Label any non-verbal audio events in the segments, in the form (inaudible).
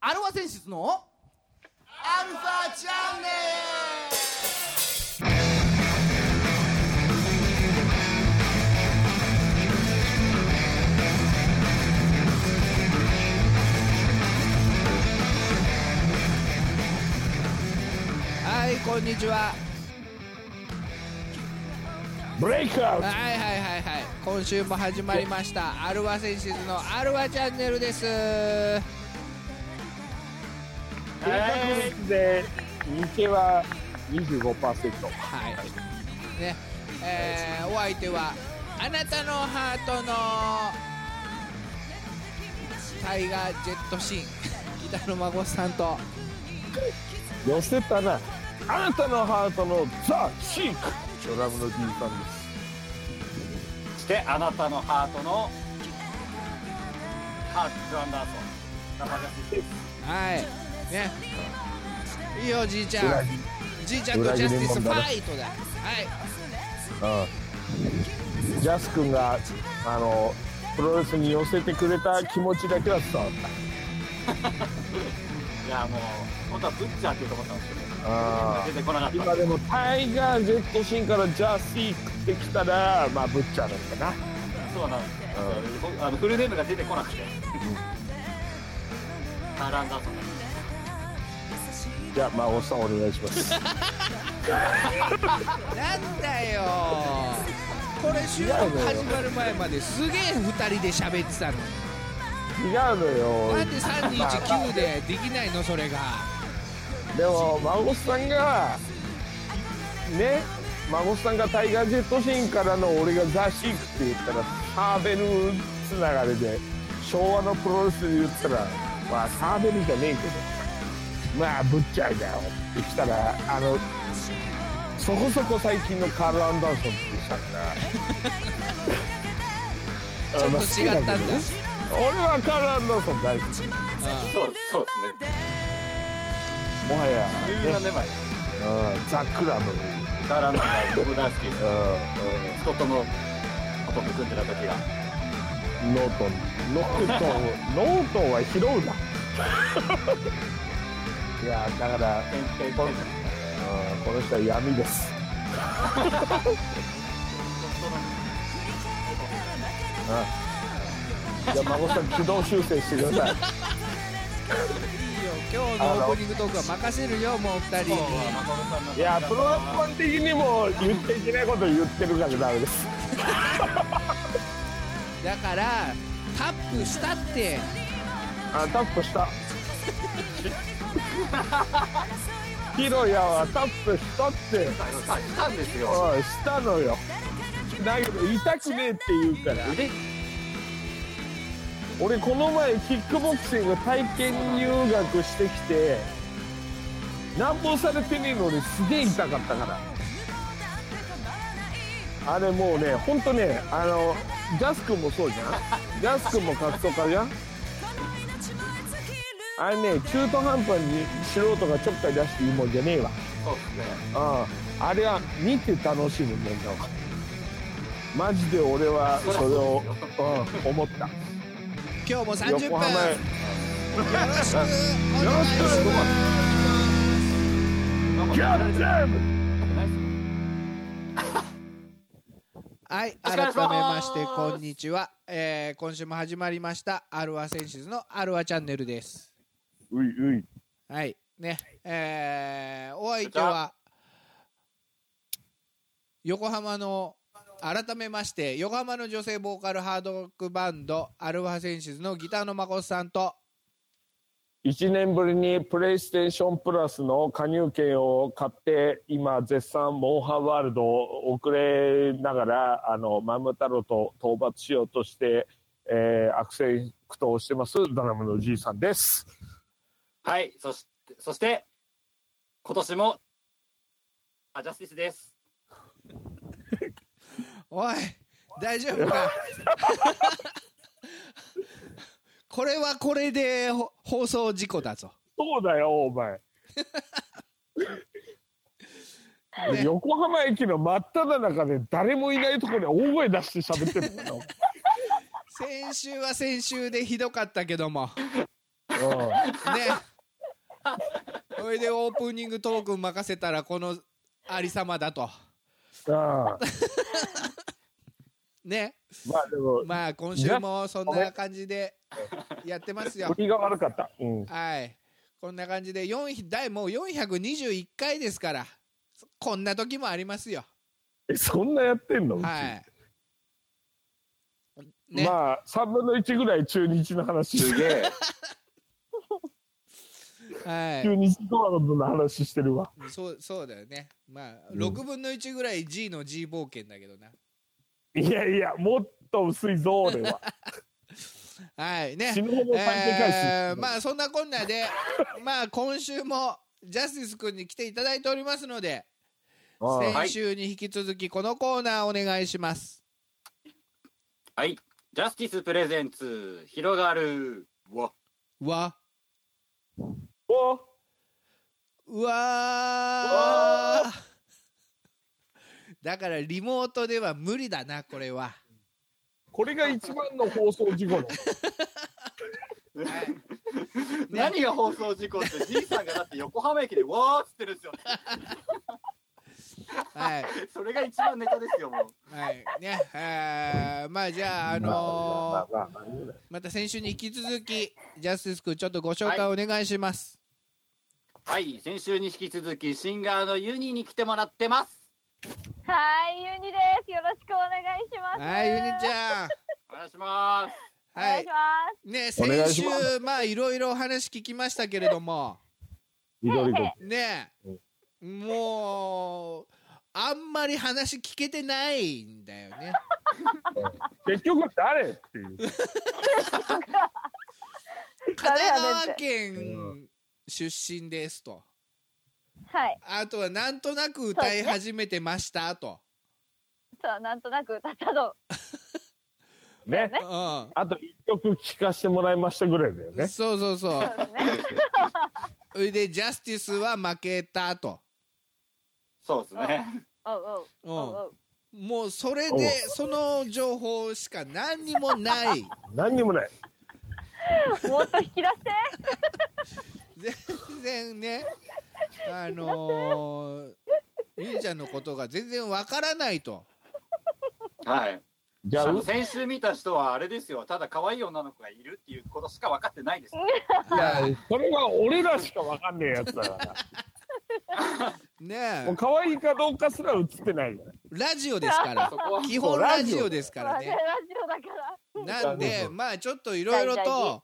アルファ選出のアルファチャンネルはいこんにちはブレイクアウはいはいはいはい今週も始まりましたアルファ選出のアルファチャンネルですトはい率で日は25%はい。ね、えーお相手はあなたのハートのタイガージェットシーン (laughs) 北野孫さんと寄せたなあなたのハートのザ・シークドラムのじいさんですそしてあなたのハートのハート・アンダーソン生がしですはいねいいよじいちゃ裏ん切りじいちゃんとジャスティスファイトだはいうんジャス君があのプロレスに寄せてくれた気持ちだけは伝わっいやもう本当はブッチャーって言うと思ったんですけどたうん出てこなかった今でもタイガージェットシーンからザ・シークってきたらまあブッチャーなんだなそうなんですよ僕あのフルネームが出てこなくてハーランダーソンですじゃあまあおっさんお願いします (laughs) なんだよこれ収録始まる前まですげえ2人で喋ってたのに違うのよなんで329でできないのそれがでも孫さんがね孫さんがタイガー・ジェットシーンからの俺がザ・シークって言ったらサーベルつながりで昭和のプロレスで言ったらまあサーベルじゃねえけどまあぶっちゃいだよってきたらあのそこそこ最近のカール・アンダーソンってしたから (laughs) ちょっと違ったんだあまあ好きけどね俺はカール・アンダーソン大好きそうそうですねもはや、 17ね年前うん、ザ・クラブハーランダーソンが僕大好きですうんうんスコットのこと組んでた時がノートンノートンノートンは拾うな (laughs) いやだから、天天このう天んこの人は闇ですうんじゃあ孫さん軌道修正してくださいいいよ今日のオープニングトークは任せるよもう二人に (laughs) いやプロレスマン的にも言っていけないこと言ってるからダメですだからタップしたってあタップしたヒロヤはタップしたってさしたんですよおいしたのよだけど痛くねえって言うから腕俺この前キックボクシング体験入学してきて何もされてねえのにすげえ痛かったからあれもうねほんとねあのジャス君もそうじゃんジャス君も格闘家じゃんあれね中途半端に素人がちょっかい出していいもんじゃねえわそうですねうんあれは見て楽しむもんだわマジで俺はそれを、うん、思った今日も30分よ横浜へろしくお願いしよろしくますなんかギャッジャムないっすねはいお疲改れめ様ましてこんにちは、えー、今週も始まりました「アルワ選手のアルワチャンネル」ですういういはいねえー、お相手は横浜の改めまして横浜の女性ボーカルハードロックバンドアルファセンシズのギターのまこさんと1年ぶりにプレイステーションプラスの加入券を買って今絶賛モンハンワールドを遅れながらあのマム太郎と討伐しようとして、えー、悪戦苦闘してますドラムのじいさんですはいそしてそして今年もアジャスティスですおい大丈夫かこれはこれでほ放送事故だぞそうだよ (laughs) お前ね横浜駅の真っ只中で誰もいないところに大声出して (laughs) 喋ってるんだよ先週は先週でひどかったけども (laughs) ねそれでオープニングトーク任せたらこのありさまだとあねまあでも、まあ今週もそんな感じでやってますよ振りが悪かった。うん。はいこんな感じで4第もう421回ですからこんな時もありますよえ、そんなやってんのうちはいね、まあ、3分の1ぐらい中日の話。すげえ。はい中日ドラゴンズの話してるわ。そうそうだよねまあうん6分の1ぐらい G の G 冒険だけどないやいや、もっと薄いぞ、俺 (laughs) は。はいね死ぬほど再生回数。えーまあそんなこんなで (laughs) まあ今週もジャスティス君に来ていただいておりますのでああ先週に引き続きこのコーナーお願いします (laughs) はい。ジャスティスプレゼンツ、広がる。わ。わおうわーだからリモートでは無理だなこれは、これが一番の放送事故の。はい何が放送事故って、じいさんがだって横浜駅でわーっつってるんですよね。はいそれが一番ネタですよ、もう。はいねえーまあじ (laughs) ゃああのまあまあまあまあーまた先週に引き続きジャスティス君ちょっとご紹介お願いします、はい。先週に引き続き、シンガーのユニに来てもらってます。はい、ユニです。よろしくお願いします。はい、ゆにちゃんお願いします。おは願いいします。ねお願先いし週ますまあいろいろお話聞きましたけれども緑子。ねえもうあんまり話聞けてないんだよね結局誰っていう。神奈ダメだね川っ県出身ですとはい、あとはなんとなく歌い始めてましたと、そう、なんとなく歌ったの。ねう。んあと一曲聴かせてもらいましたぐらいだよね。そうそうそそううですね。それでジャスティスは負けたと、そうですね。おうおう。うおうおう。ん、もうそれおうでその情報しか何にもない何にもない。もっと引き出して。全然ねあのー、ゆいちゃんのことが全然わからないとはい。じゃあ、あうの先週見た人はあれですよ。ただ可愛い女の子がいるっていうことしか分かってないです。いや、それは俺らしかわかんねえやつだ (laughs) かねら。もう可愛いかどうかすら映ってないから。ラジオです (laughs) からそこは基本ラジオですからラジねオだから。なんでまあちょっといろいろ大と事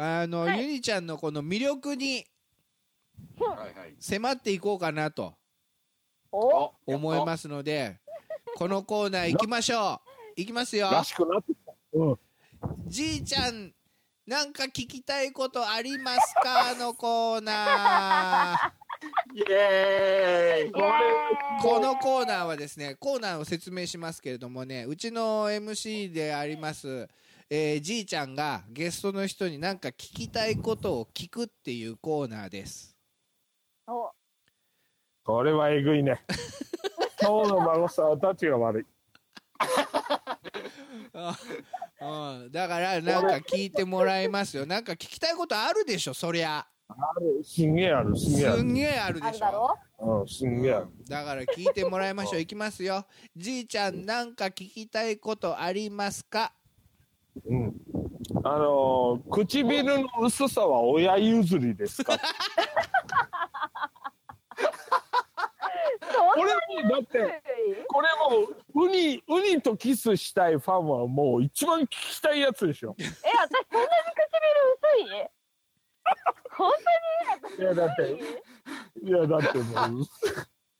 あの、はいゆにちゃんのこの魅力にはいはい。迫っていこうかなとお。思いますのでこのコーナー行きましょう行きますよらしくなってきた。うん。じいちゃんなんか聞きたいことありますかのコーナーイエーイこれこのコーナーはですねコーナーを説明しますけれどもねうちの MC であります、えーじいちゃんがゲストの人になんか聞きたいことを聞くっていうコーナーですお。これはえぐい (laughs) ね。今日の孫さんはたちが悪い。うん、だからなんか聞いてもらいますよなんか聞きたいことあるでしょそりゃある、すんげえある、すんげえあする。んげえあるあでるしだょろうん、すうんげえある。んだから聞いてもらいましょういきますよじいちゃんなんか聞きたいことありますかうん。あのー唇の薄さは親譲りです (laughs) かそこんれなもうだって、に。これもう、ウニ、ウニとキスしたいファンはもう一番聞きたいやつでしょ。え、私、そんなに唇薄い。本いや、だって、いや、だってもう、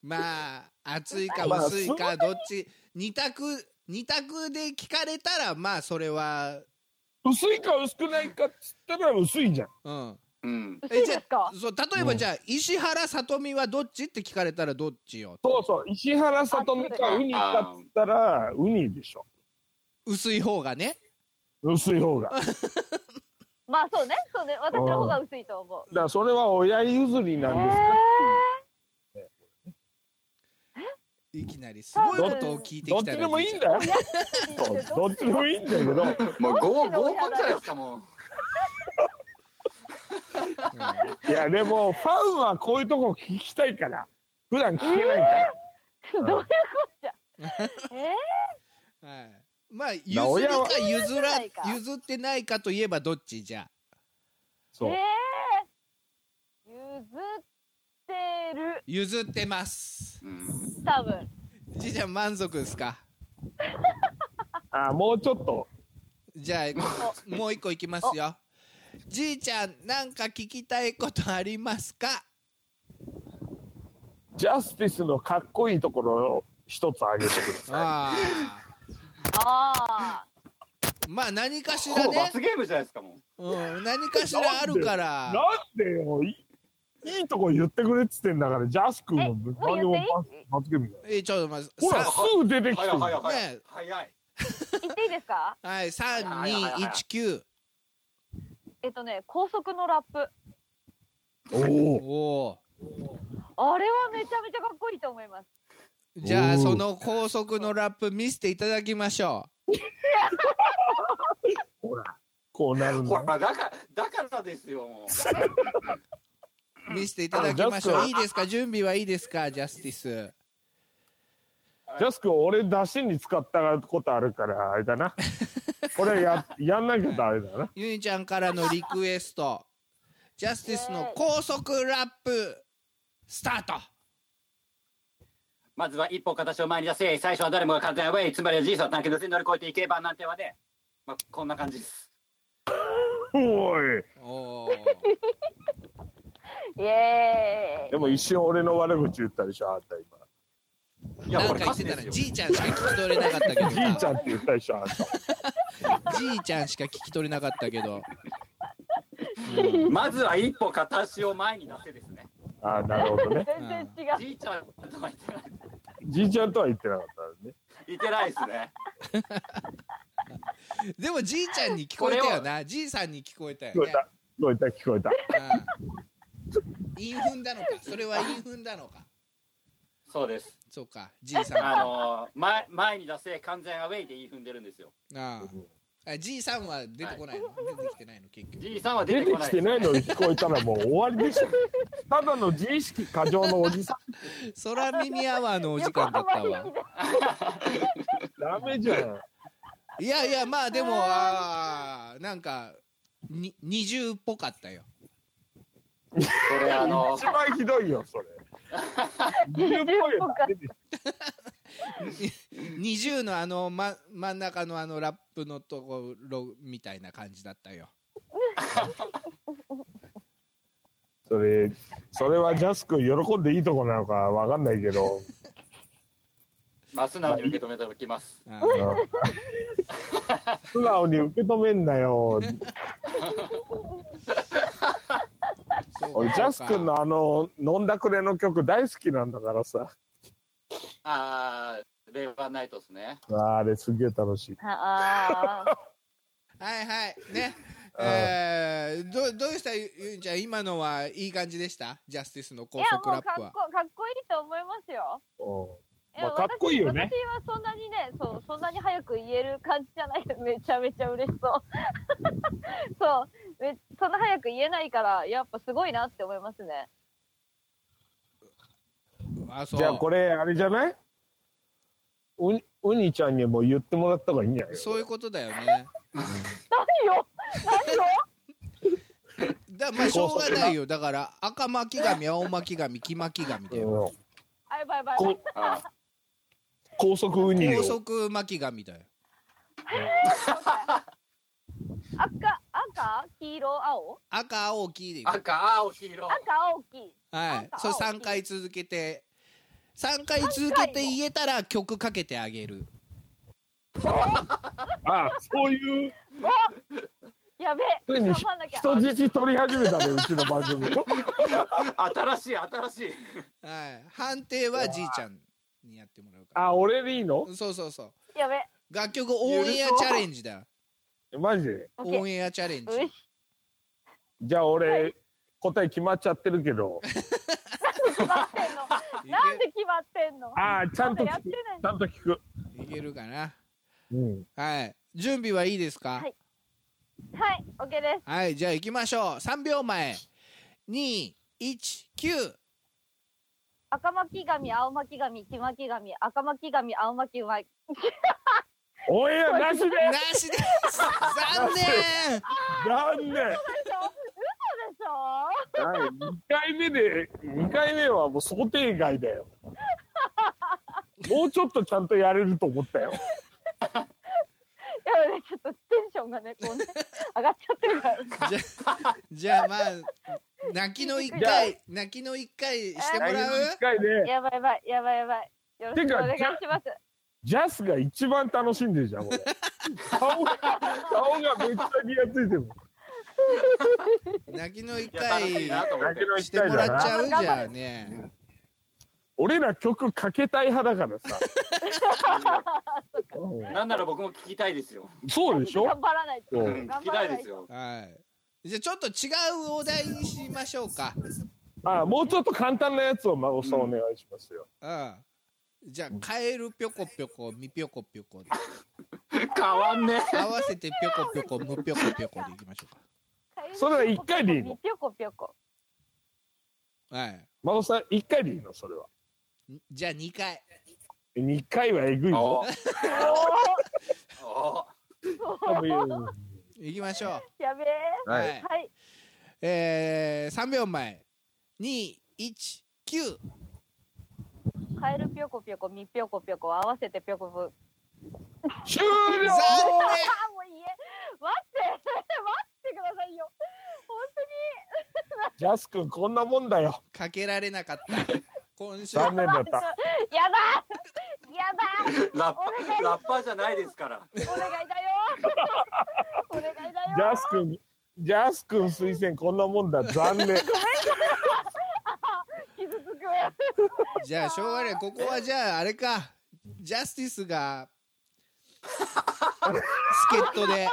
まあ熱いかまあ薄いそかどっち二択二択で聞かれたらまあそれは薄いか薄くないかっつったら薄いじゃん。うんうん。当に。薄いですか。そう例えばじゃあ石原さとみはどっちって聞かれたらどっちよそうそう、石原さとみかウニかっつったら、ウニでしょ。薄い方がね薄い方が。だかまあ、そうね。そうね。私の方が薄いと思う。らそれは親譲りなんですか、いきなりすごいことを聞いてどきったちらでもいいんだよ。どっちでもいいんだけど。もう合合コンじゃないですか、もう。いやでもファンはこういうとこ聞きたいから普段聞けないから、どういうこっ (laughs) ちゃ。えはい、まあ譲直る哉かは譲ら譲らないか譲ってないかといえばどっちじゃあー、そうえー、譲ってる譲ってますうん多分。じいちゃん満足ですかあもうちょっとじゃあもう一個いきますよじいちゃんなんか聞きたいことありますかジャスティスのかっこいいところを一つ挙げてくださあああ。ーまあ何かしほらぼね罰、ゲームじゃないですかもうん、何かしらあるかいらなんでよいいいとこ言ってくれっつってんだからジャス君もえもう言っていい何でも罰ゲームだよえちょっと待ってほらさすぐ出てうきてる早い早い早ねい早い言っていいですかはい3219えっとね、高速のラップ。おおおおあれはめちゃめちゃかっこいいと思います。ーじゃあおーその高速のラップ見せていただきましょほらこうなるんほだらだからだからですようもう見せていただきましょあういいですか準備はいいですかジャスティスジャス君俺出しに使ったことあるからあれだなこれややんなきゃダメだなゆいちゃんからのリクエストジャスティスの高速ラップスタートまずは一歩形を前に出せ最初は誰もが簡単やウェイつまりは人生は短期の線乗り越えていけばなんてはね、まあ、こんな感じですおいおおイエーでも一瞬俺の悪口言ったでしょあんたいやなんこかれ言歌っ詞てでたすらよじいちゃんしか聞き取れなかったけど今じいちゃんって言ったでしょあんたじいちゃんしか聞き取れなかったけどまずは一歩形を前に出せですねあーなるほどイ。ね全然違う。じいちゃんとは言ってないじいちゃんとは言ってなかったね言ってないですねでもじいちゃんに聞こえたよなじいさんに聞こえたよ聞こえねた聞こえた聞こえたうん韻踏んだのかそれは韻踏んだのかそうですそうかじいさんああのー前前に出せ完全アウェイで言い踏んでるんですよああじいさんは出てこないの出てきてないの結局じいさんは出出てこてなきいてですないのに聞こえたらもう終わりでしょただの自意識過剰のおじさ空耳アワーのお時横間だった浜に来わてんダメじゃん (laughs) いやいやまあでもあーなんかに二重っぽかったよこれあの (laughs) 一番ひどいよそれ自由っぽいよダメでしょ二重のあの、ま、真ん中のあのラップのところみたいな感じだったよそれそれはジャス君喜んでいいとこなのかわかんないけ (laughs) どまあ素直に受け止めておきますあうーん素直に受け止めんなよそうか俺ジャス君のあの飲んだくれの曲大好きなんだからさあー令和ナイトですねあれすげえ楽しいああ。はいはいねうんえー、どどうでしたゆゆんちゃん今のはいい感じでしたジャスティスのい (laughs) 高や、速もラうッかっプこ、はかっこいいと思いますよ。うんいやまあかっこいいよね私私はそんなにね、そう、そんなに早く言える感じじゃない。 (laughs) めちゃめちゃ嬉しそう。 (laughs) そう、め、そんな早く言えないから、やっぱすごいなって思いますね。あそうじゃあこれあれじゃないうにうにちゃんにも言ってもらった方がいいんじゃないそういうことだよね何よ、だまあしょうがないよだから赤巻紙青巻紙黄巻紙だようんあ、やばいやばい。こあー高速ウニ高を速巻紙だよ赤、赤、黄色、青。赤青黄でいく赤青黄色赤、青、黄。はいそれ3回続けて3回続けて言えたら曲かけてあげるああそういうやべふうえ、に噛まなきゃ。人質取り始めたねうちの番組新しい新しいはい判定はじいちゃんにやってもらうからあ俺でいいのそうそうそうやべえ。楽曲オンエアチャレンジだよマジでオッケオーンエアチャレンジういじゃあ俺答え決まっちゃってる (laughs) けど決まってんの。なんで決まってんの。ああちゃんとま聞だやっくてちないゃんと聞く、いけるかな (laughs) うん、はい準備はいいですかはいはい、オッケーです。はい、じゃあ行きましょう3秒前2、1、9。赤巻紙、青巻紙、黄巻紙、赤巻紙、青巻紙。オンエアなしでなしです。残念。残念は (laughs) 嘘でしょ嘘でいしょ2回目で2回目はもう想定外だよ (laughs) もうちょっとちゃんとやれると思ったよいやねちょっとテンションがねこうね上がっちゃってるからじゃあ、じゃあまあ、泣きの一回、泣きの一回しても来らう年1回でやばいやばいやばいやばいよろしくお願いしますジャスが一番楽しんでるじゃん俺顔が顔がめっちゃにやついてる泣きの一いや、回楽しいなと思っだてけ。のし1て回もらだっちなゃうんじゃあね。俺ら曲かけたい派だから (laughs) さ、うなんなら僕も聞きたいですよ。んそうでしょ頑張らないとううんん、聞きたいですよ。はい。じゃあちょっと違うお題にしましょうか。あもうちょっと簡単なやつを孫さんお願いしますよ、うん。じゃあ、カエルぴょこぴょこ、みぴょこぴょこで。変わんね合わせてぴょこぴょこ、むぴょこぴょこでいきましょうそれは一回でいいのぴょこぴょこか。はい。孫さん1回でいいのそれはじゃあ2回。 2回はえぐいえ。ぞおお多分いきましょやべう。はい、えはいえー、3秒前。2、1、9。カエルぴょこぴょこみぴょこぴょこ合わせてぴょこぷ終残念了あーもう言え待って待ってくださいよ本当ジにャス君こんなもんだよかけられなかった。 (laughs) 今週。残念だったやだやだラッパ、ラッパーじゃないですから。お (laughs) 願いだよお願いだよジャス君ジャス君推薦こんなもんだ残念傷つくじゃあ、しょうがない。ここはじゃあ、あれ (laughs) か。ジャスティスが、助っ人で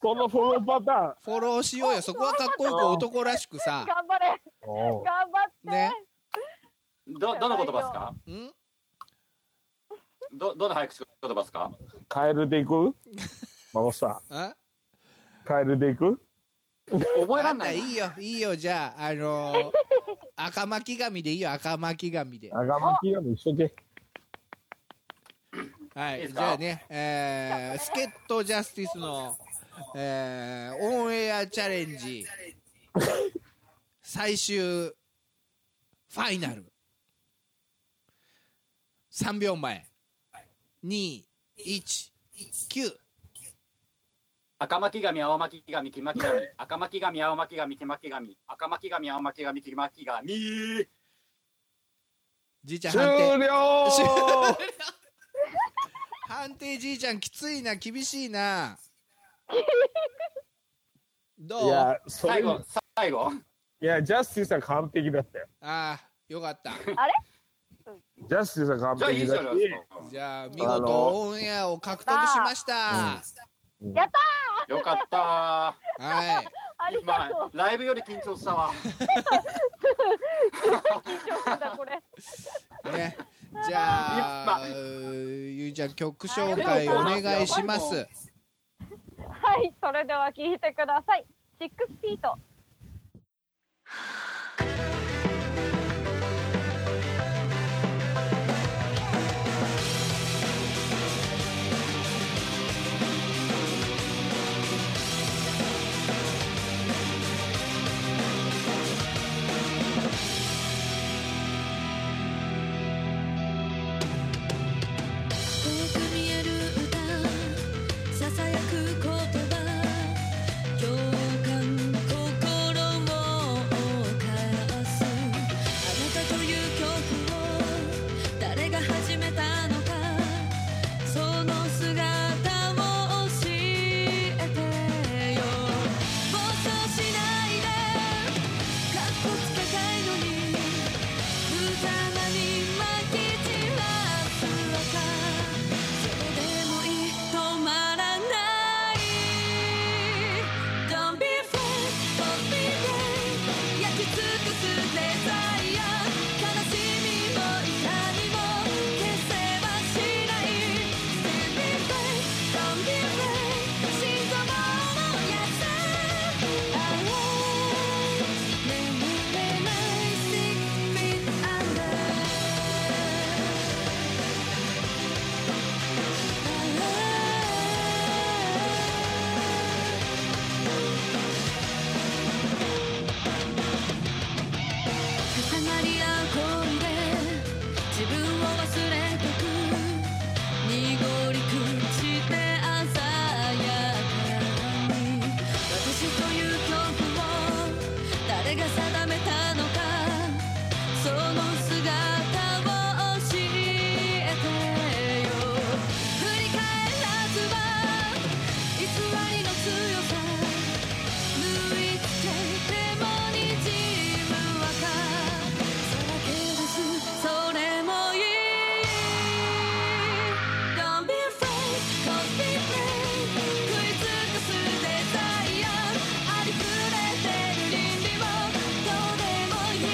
そのフォローパターンフォローしようよ。そこはかっこよく男らしく (laughs) さ。頑張れおう頑張って、ね。ど、どの言葉ですか。んど、どの早口言葉ですか。カエルで行く孫さあんカエルで行く覚えらあんんなたいい。いよ、いいよ、じゃあ、あ (laughs) のー赤巻紙でいいよ、赤巻紙で。長巻が一緒ではいいでい、すじかゃあね、えー、スケットジャスティスの、えー、オンエアチャレンジ、最終、ファイナル。3秒前。2、1、9。赤巻紙、青巻紙、黄巻紙。赤巻紙、青巻紙、黄巻紙。赤巻紙、青巻紙、黄巻紙。じいちゃん終判定。了判定じいちゃん、きついな、厳しいな。どいうやそれ最い後、最後。やジャスティスは完璧だったよああ、よかった。ジャスティスはじゃあ完い璧いじだゃしないですか。じゃあ、見あ事のオンエアを獲得しました。よかったはい。ありー。まがあとう、ライブより緊張したわ。緊張するんだこれね。じゃあ、まゆいちゃん曲紹介お願いします。はいそれでは聞いてくださいシックスピート遠く見える歌ささやく言葉共感心誰が定めたのかその姿を教えてよ振り返らずは偽りの強さ抜いていてもにじむわかさらけ出すそれもいい Don't be afraid, cause be brave 食い尽くすデザイアありふれてる倫理をどうでもいい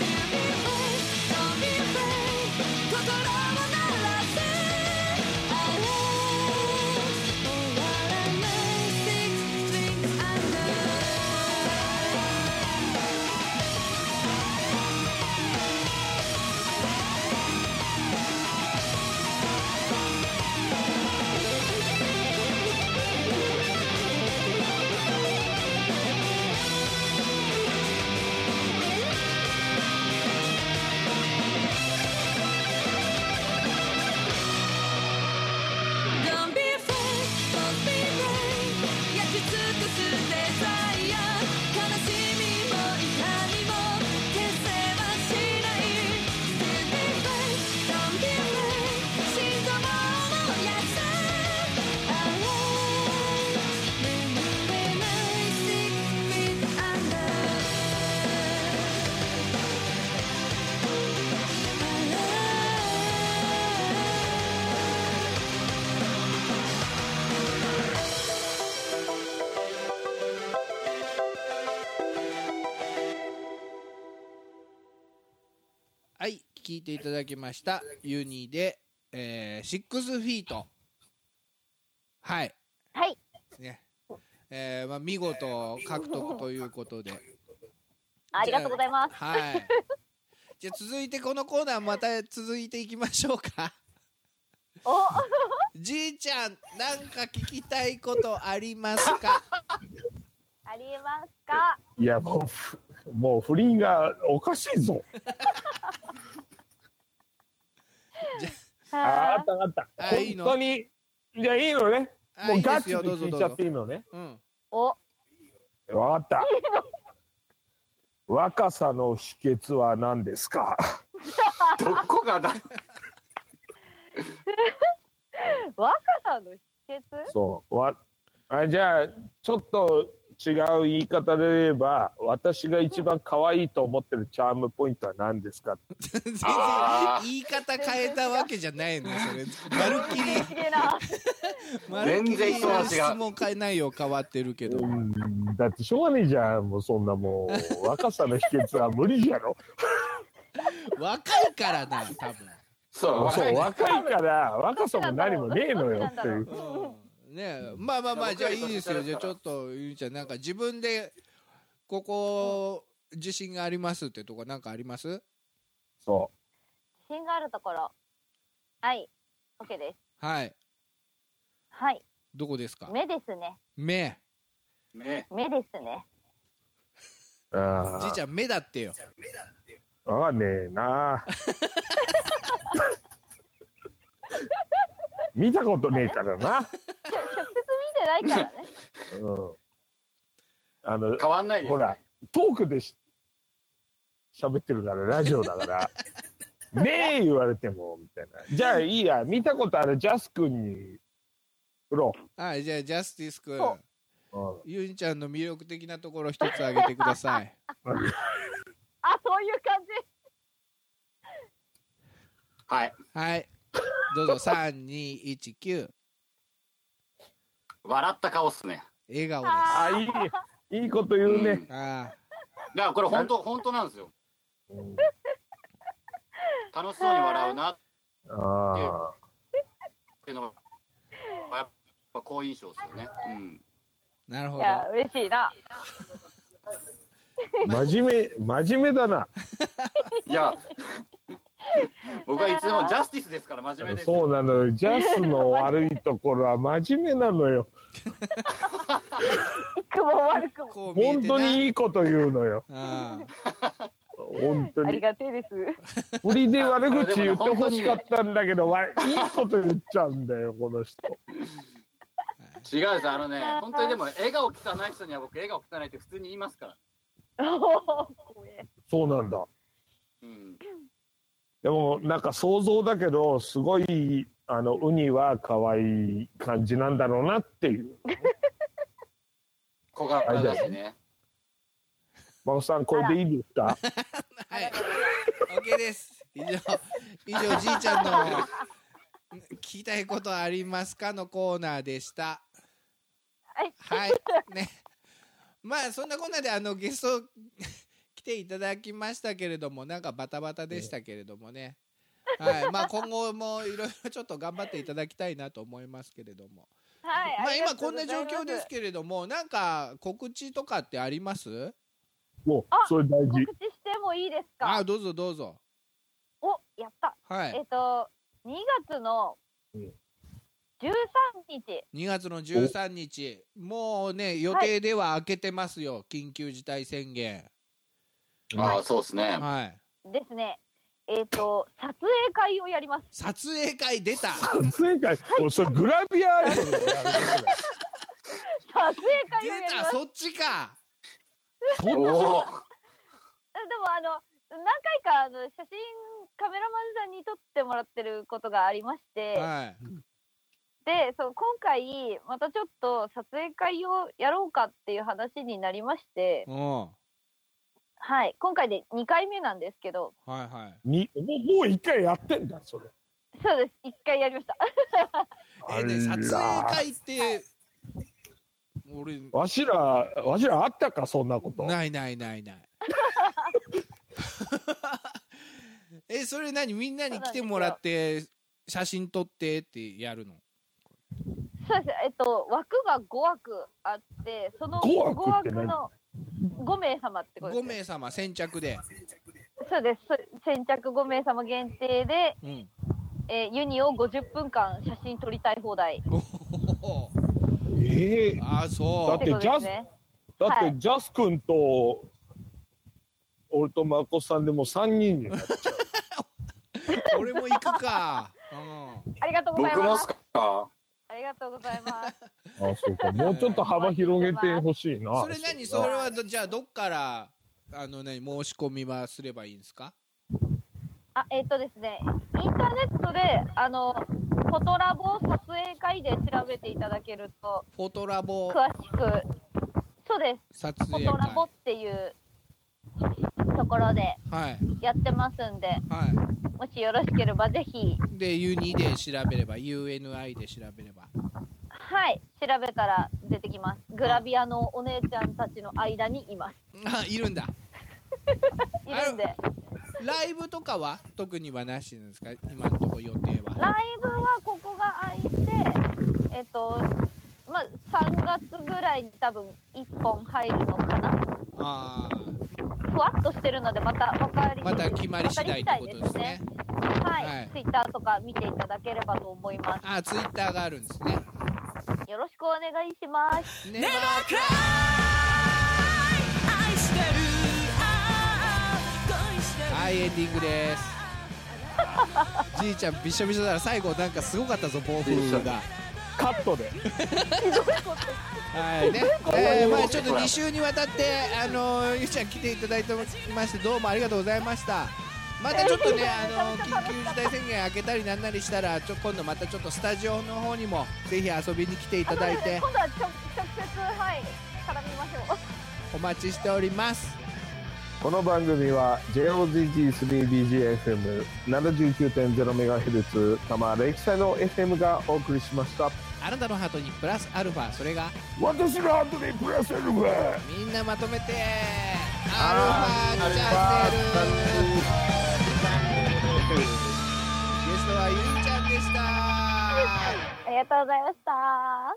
Don't be afraid, don't be afraid 心を鳴らせ Always or what I may six things I know 焼き尽くすデザイアありふれてる倫理をどうでもいい Don't be afraid, don't be afraid 悲しみも痛みも消せはしない Don't be afraid, don't be afraid 心臓も燃やせ Always 眠れない Six feet under Always はい聞いていただきましたユニで、えー、6フィートはいはいねえーまあ、見事獲得ということでありがとうございますはいじゃあ続いてこのコーナーまた続いていきましょうか (laughs) お (laughs) じいちゃんなんか聞きたいことあります (laughs) かありますかいやもうふもう不倫がおかし (laughs) いぞああはったあったあいい本の当にじゃあいいのねあもいういでガすチでよどうぞ聞いどうちゃっぞていいのねうんおわかった若さの秘訣は何で (laughs) すかどこがだ若さの秘訣そうわあじゃあちょっと違う言い方で言えば私が一番可愛いと思ってるチャームポイントは何ですか全然あー言い方変えたわけじゃないのそれまるっきり綺麗なまるっき全然り人が違う質問変えないよ変わってるけどうんだってしょうがねえじゃんもうそんなもう若さの秘訣は無理じゃろ若いからな多分そうそ若ういね若いから若さも何もねえのよっていううんねえまあまあまあじゃあいいですよじゃあちょっとゆうちゃんなんか自分でここ自信がありますってとこなんかありますそ自信があるところはい OK ですはいはいどこですか目ですね目ね目ですねうあじいちゃん目だってよあわかんねえな見たことねえからな、ちょ直接見てない (laughs) からねうん、あの変わんないですほら、トークでし喋ってるから、ラジオだから、ねえ言われても、みたいな。じゃあいいや、見たことあるジャス君に、振ろはいじゃあジャスティス君そうう。うんゆうちゃんの魅力的なところ一つ挙げてくださいあそういう感じはいはいどうぞ3219笑った顔っすね笑顔ですあああ、いい、いいこと言うね。あだからこれ本当本当なんですようん楽しそうに笑うなっあていうのがやっぱ好印象ですよねうんなるほいどや嬉しいなあ、真面目、真面目だな。いや僕はいつでもジャスティスですから真面目ですそうなのよ。ジャスの悪いところは真面目なのよ。いくも悪くもこう見え本て当にないいこと言うのよ。ああ本当ありに。がてえです振りで悪口言ってほしかったんだけど、わいいこと言っちゃうんだよ、この人。違うですあのね本当にでも笑顔汚い人には僕笑顔汚いって普通に言いますからおー怖えそうなんだ。うん。でもなんか想像だけどすごいあのウニは可愛い感じなんだろうなっていう小柄だしね。真帆さんこれでいいですかはい。OK です。以上、以上、じいちゃんの聞きたいことありますかのコーナーでした。はい。はい。ね。まあ、そんなこんなで、あの、ゲスト来ていただきましたけれども、なんかバタバタでしたけれどもね。はい。まあ、今後もいろいろちょっと頑張っていただきたいなと思いますけれども。 (laughs) はい。まあ、りが今とうこんござない状ます況ですけれども、なんか告知とかってありますもうそれ大事告知してもいいですあかどうぞどうぞ。お、やった。はえいっ。と、2月のうん13日。 2月の13日、もうね、予定では開けてますよ、緊急事態宣言。ああ、そうですね。はい。ですね。えっ、と、撮影会をや (laughs) ります。撮影会出 (laughs) た。正解もうそれグラビアアイドルのやる撮影会出をやりまた、す。でそっちか。おおー。も、あの、何回か、あの、写真、カメラマンさんに撮ってもらってることがありまして、はい。で、そう、今回、またちょっと撮影会をやろうかっていう話になりまして、うん。ははい、今回で2回目なんですけど、いはい。にもうもう一回やってんだそれそうです、1回やりました。えーね、あら撮影会って、俺、わしらわしらあったかそんなことないないないない。 (laughs) え、それ何みんなに来てもらって、写真撮ってってやるのそうです。えっと、枠が5枠あって、その五5枠って枠何の5名様ってことです。 5。名様先着で、そうです。そ先着5名様限定で、うん、えーユニを50分間写真撮りたい放題。ええああだそっっててことですね。だっはてジャス君と俺と真子さんでもう三人になってう俺も行くか、うん、ありがとうござい僕もまっすす。かありがとうございます。 (laughs) あそうかもうちょっと幅広げてほしいなそれ何それはどじゃあどっからあの何申し込みはすればいいんですかあ、えっとですね、インターネットで、あの、フォトラボ撮影会で調べていただけると、フォトラボ詳しく、そうです。撮フ影ォトラボ会っていうところではいやってますんで、はもしよろしければぜひ、いで U2 で調べれば UNI で調べればはい、調べたら出てきます。グラビアのお姉ちゃんたちの間にいます。あいるんだいるんで。ライブとかは特にはなしなんですか今のところ予定はライブはここが空いて、えっと、まあ、3月ぐらいに多分1本入るのかな。ああふわっとしてるので、また分かりまた決まり次第ってことですねわかり次第ですね。ははいい。ツイッターとか見ていただければと思いまあツイッターがあるんですねす。よろしくお願いします。ねまあ愛してるああ恋してるはいエンディングです (laughs) じいちゃんびしょびしょだから最後なんかすごかったぞ暴風がカットではい (laughs) ね、えーまあちょっと2週にわたってあのーゆうちゃん来ていただいてましてどうもありがとうございましたまたちょっと (laughs) ねあのー緊急事態宣言開けたりなんなりしたらちょ今度またちょっとスタジオの方にもぜひ遊びに来ていただいて今度はちょ直接、はい、絡みましょう。お待ちしておりますこの番組は JOZG3BGFM79.0MHz 多摩レキサイの FM がお送りしましたあなたのハートにプラスアルファそれが私の後にプラスアルファみんなまとめてアルファチャンネルゲストはゆいちゃんでしたありがとうございました。